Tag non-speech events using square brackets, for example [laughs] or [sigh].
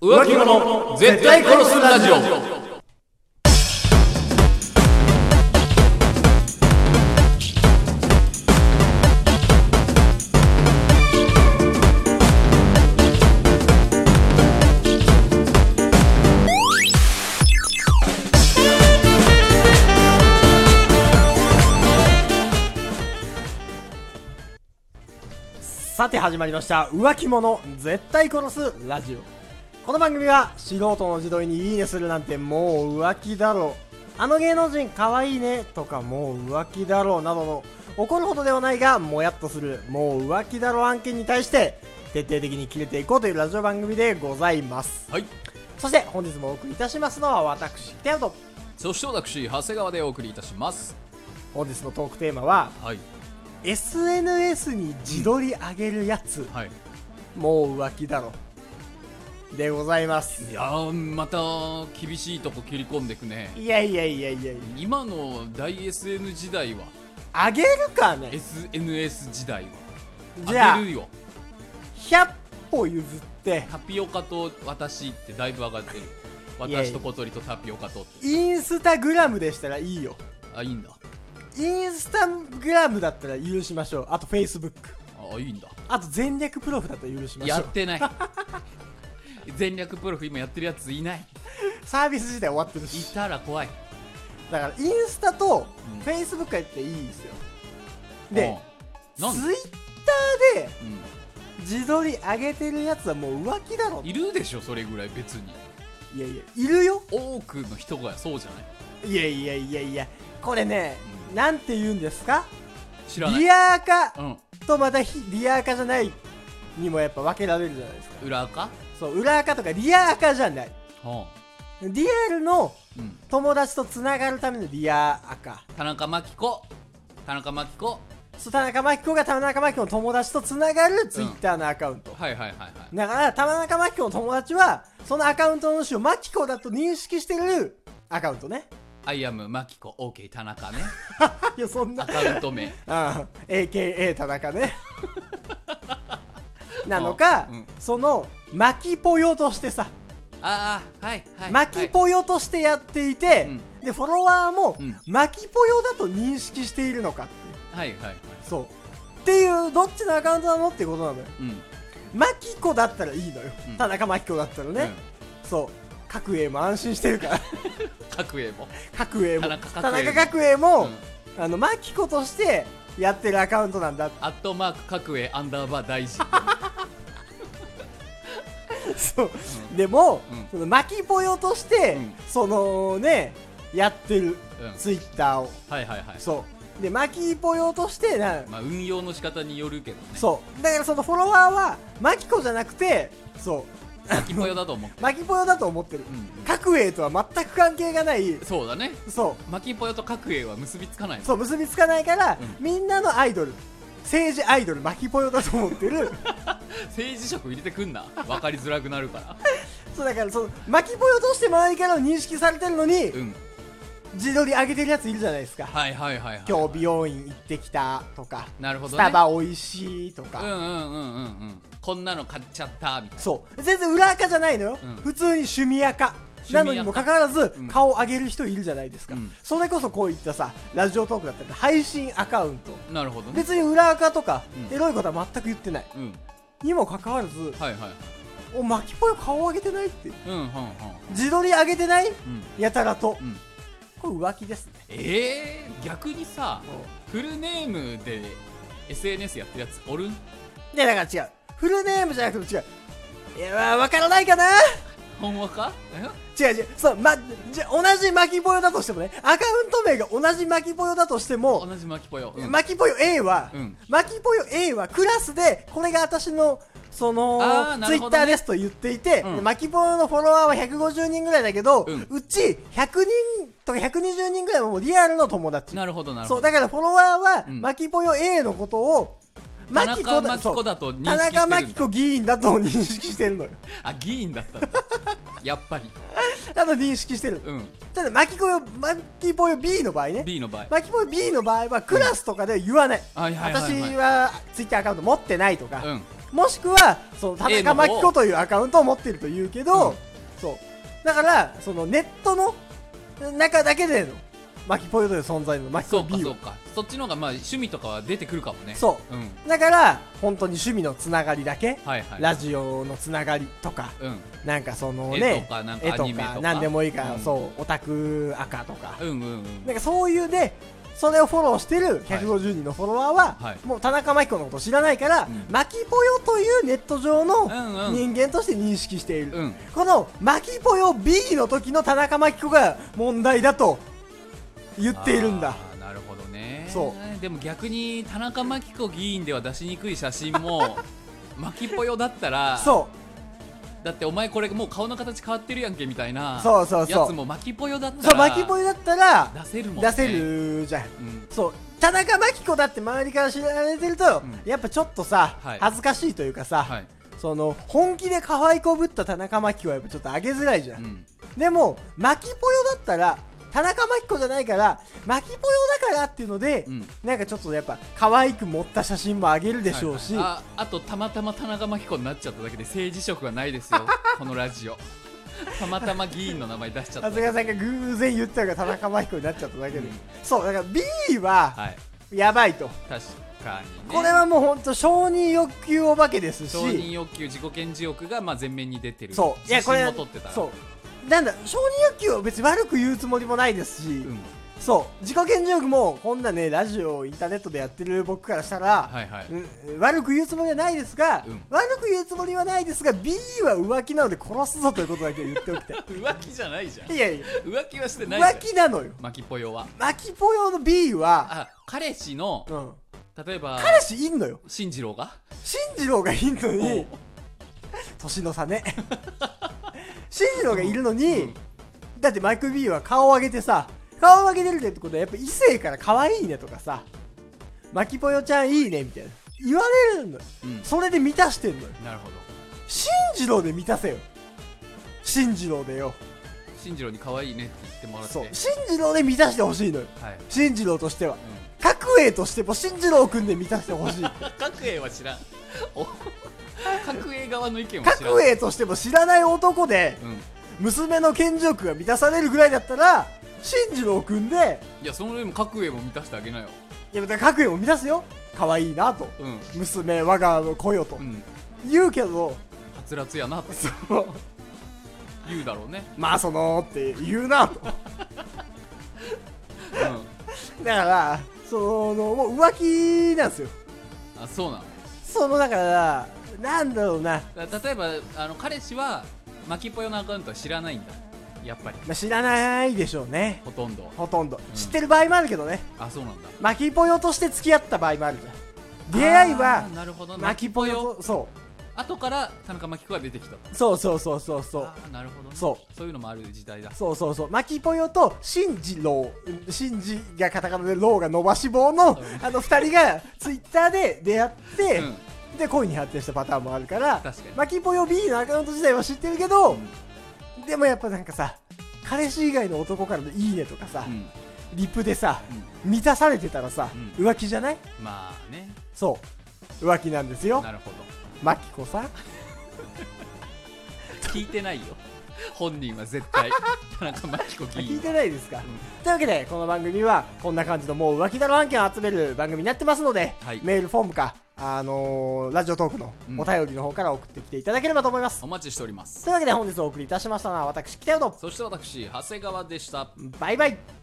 浮気者絶対殺すラジオさて始まりました浮気者絶対殺すラジオこの番組は素人の自撮りにいいねするなんてもう浮気だろうあの芸能人かわいいねとかもう浮気だろうなどの怒るほどではないがもやっとするもう浮気だろう案件に対して徹底的に切れていこうというラジオ番組でございますはいそして本日もお送りいたしますのは私北野とそして私長谷川でお送りいたします本日のトークテーマははい SNS に自撮り上げるやつ、はいもう浮気だろでございますいやーまた厳しいとこ切り込んでくねいやいやいやいやい今の大 SN 時代はやあげるかね SNS 時代はじゃあ上げるよ100歩譲ってタピオカと私ってだいぶ上がって [laughs] るいやい私やと小鳥とタピオカとってインスタグラムでしたらいいよあいいんだインスタグラムだったら許しましょうあとフェイスブックあいいんだあと全略プロフだったら許しましょやっうてない [laughs] 全略プロフ今やってるやついないサービス自体終わってるいしたら怖いだからインスタとうんフェイスブックやっていいんですよでうんツイなんッでターで自撮り上げてるやつはもう浮気だろうんいるでしょそれぐらい別にいやいやいるよ多くの人がそうじゃないいやいやいやいやこれね、なんて言うんですか知らないリアーかうんとまた非リアーカじゃないにもやっぱ分けられるじゃないですか裏垢そう裏アカとかリアアカじゃないうんリアルのうん友達とつながるためのリアアカ田中真紀子田中真紀子そう田中真紀子が田中真紀子の友達とつながるツイッターのアカウント、はいはいはいはいだから田中真紀子の友達はそのアカウントの主を真紀子だと認識してるアカウントねアイアム真紀子 OK 田 [laughs] 中ねいやそんなアカウント名ああ AKA 田 [laughs] 中ねなのか、うんその巻きぽよとしてさああはいはい巻きぽよとしてやっていて、でフォロワーもうん巻きぽよだと認識しているのかっていうはいはいはいそうっていうどっちのアカウントなのってことなのようん巻き子だったらいいのよ、うん田中巻き子だったらね、そう角栄も安心してるから [laughs] うん角栄も角栄も田中角栄も田角栄も、うんあの巻き子としてやってるアカウントなんだってアットマーク角栄アンダーバー [laughs] 大事そう、でも、うんその巻きぽよとして、うんそのねやってる、うんツイッターをはいはいはいそうで巻きぽよとしてな、まあ運用の仕方によるけどねそうだからそのフォロワーは巻き子じゃなくてそ巻き模様だと思うう巻きぽよだと思ってる、うん角栄とは全く関係がないそうだねそ巻きぽよと角栄は結びつかないうそう結びつかないから、うみんなのアイドル政治アイドル巻きぽよだと思っ [laughs] てる政治色入れてくんな分かりづらくなるからそうだからその巻きぽよとして周りから認識されてるのに、うん自撮り上げてるやついるじゃないですかはいはいはいはい今日美容院行ってきたとか、なるほどねスタバ美味しいとうんか、うんうんうんうんこんなの買っちゃったみたいそう全然裏垢じゃないのよ、うん普通に趣味垢趣味垢なのにもかかわらずうん顔上げる人いるじゃないですか、うんそれこそこういったさラジオトークだったり配信アカウントななるほどね別に裏垢とか、うんエロいことは全く言ってないうんにもかかわらずはいはいはいお巻きぽよ顔上げてないってうんうんうん自撮り上げてないうんやたらと、うんこれ浮気ですねえー、逆にさもうフルネームで SNS やってるやつおるんいやだから違うフルネームじゃなくて違ういやまあわからないかなほんまかえ違う違うそう、ま、じゃ同じ巻きぽよだとしてもねアカウント名が同じ巻きぽよだとしても、同じ巻きぽよ、うん巻きぽよ A は、うん巻きぽよ A はクラスでこれが私のそのあーなツイるッほタどーねですと言っていて、うん巻きぽよのフォロワーは150人ぐらいだけど、ううんち100人とか120人ぐらいはもうリアルの友達なるほどなるそほうどだからフォロワーは、うん巻きぽよ A のことを田中真そ紀う子だと認識してる田んだ中真紀子議員だと認識してるのよ。あ議員だ [laughs] ったんだやっぱりだと認識してる。うんただ、巻き子よ、巻きぽよ B の場合ね。 B の場合巻きぽよ B の場合は、クラスとかでは言わない。はいはいはいはい私は、ツイッターアカウント持ってないとか、うんもしくはその田 A 中の方真紀子というアカウントを持ってると言うけど、うんそうだからそのネットの中だけでの真紀ポイントで存在の真紀そ子うか B そをうかそっちの方がまあ趣味とかは出てくるかもねそううんだから本当に趣味のつながりだけ、はいはいラジオのつながりとかうんなんかその絵ねとかなん絵かアとニメとかか何でもいいから、うんそうオタク赤とか、うんうんうんなんかそういうでそれをフォローしてる150人のフォロワーは、はいもう田中真紀子のこと知らないから、んマキポヨというネット上のうんうん人間として認識している、うんこのマキポヨ B の時の田中真紀子が問題だと言っているんだあーなるほどねそでも逆に田中真紀子議員では出しにくい写真 [laughs] も真紀ぽよだったらそだってお前これもう顔の形変わってるやんけみたいなそうそうそうやつも真紀ぽよだっうたそうらマキポヨだったら出せるもんね出せるじゃんうんそう田中真紀子だって周りから知られてると、んやっぱちょっとさ、はい恥ずかしいというかさ、はいその本気で可愛こぶった田中真紀子はやっぱちょっと上げづらいじゃんう、んでも、マキポヨだったら、田中真紀子じゃないから、マキポヨだからっていうので、うんなんかちょっとやっぱ、可愛く持った写真もあげるでしょうし、はいはいああとたまたま田中真紀子になっちゃっただけで政治色がないです [laughs] よこのラジオたまたま議員の名前出しちゃった長谷川さんが偶然言ったのが田中真紀子になっちゃっただけで。うんそう、だから B は、はいやばいと。確かに、ね、これはもうほんと承認欲求お化けです承認し、欲求自己顕示欲がまあ前面に出てるそう、い写やこ真れも撮ってた、そう。なんだ、承認欲求を別に悪く言うつもりもないですし、うん、そう、自己顕示欲も、こんなね、ラジオ、インターネットでやってる僕からしたら、はいはい、うん悪く言うつもりはないですが、うん悪く言うつもりはないですが B は浮気なので殺すぞということだけ言っておきたい浮気じゃないじゃんいやいや浮気はしてないじゃん浮気なのよマキポヨは巻きぽよの B は、あ彼氏のうん、例えば彼氏いんのよ進次郎が進次郎がいんのおにう年の差ね [laughs] 進次郎がいるのに、うんだってマイク B は顔を上げてさ顔を上げてるってことはやっぱ異性から可愛いねとかさ巻きぽよちゃんいいねみたいな言われるのようんそれで満たしてんのよなるほど進次郎で満たせよ進次郎でよ進次郎に可愛いねって言ってもらってそう進次郎で満たしてほしいのよはい、進次郎としてはう角栄としても進次郎君で満たしてほしいん、角栄は知らんお角栄側の意見は知らん角栄としても知らない男でうん娘の健常欲が満たされるぐらいだったら進次郎君でいやそのでも角栄も満たしてあげなよいやだから角栄も満たすよ可愛いなとうん娘我が子よとうん言うけどはつらつやなってそう言うだろうねまあそのって言うなとうだからそのもう浮気なんですよんあそうなのそのだからなんだろうなだ例えばあの彼氏はマキポヨのアカウントは知らないんだやっぱりまあ、知らないでしょうねほとんどほとんど、ん知ってる場合もあるけどねあそうなんだ巻きぽよとして付き合った場合もあるじゃん出会いあはーなるほど巻きぽよよとそ後から田中真紀子が出てきたうそうそうそうそうそうあーなるほど、ね、そうそういうのもある時代だそうそうそう巻きぽよと新次郎うん新次がカタカナで郎が伸ばし棒うの、んあの2人がツイッターで出会って、うんで恋に発展したパターンもあるから確かに巻きぽよ B のアカウント自体は知ってるけど、うんでもやっぱなんかさ彼氏以外の男からの「いいね」とかさ、うんリプでさ、満たされてたらさ、う浮気じゃないまあねそう浮気なんですよなるほどマキコさん聞いてないよ本人は絶対田中真紀子議聞い員てないですか、というわけでこの番組はこんな感じのもう浮気だろ案件を集める番組になってますので、はいメールフォームかあのーラジオトークのうんお便りの方から送ってきていただければと思います、お待ちしておりますというわけで本日お送りいたしましたのは私北野のそして私長谷川でしたバイバイ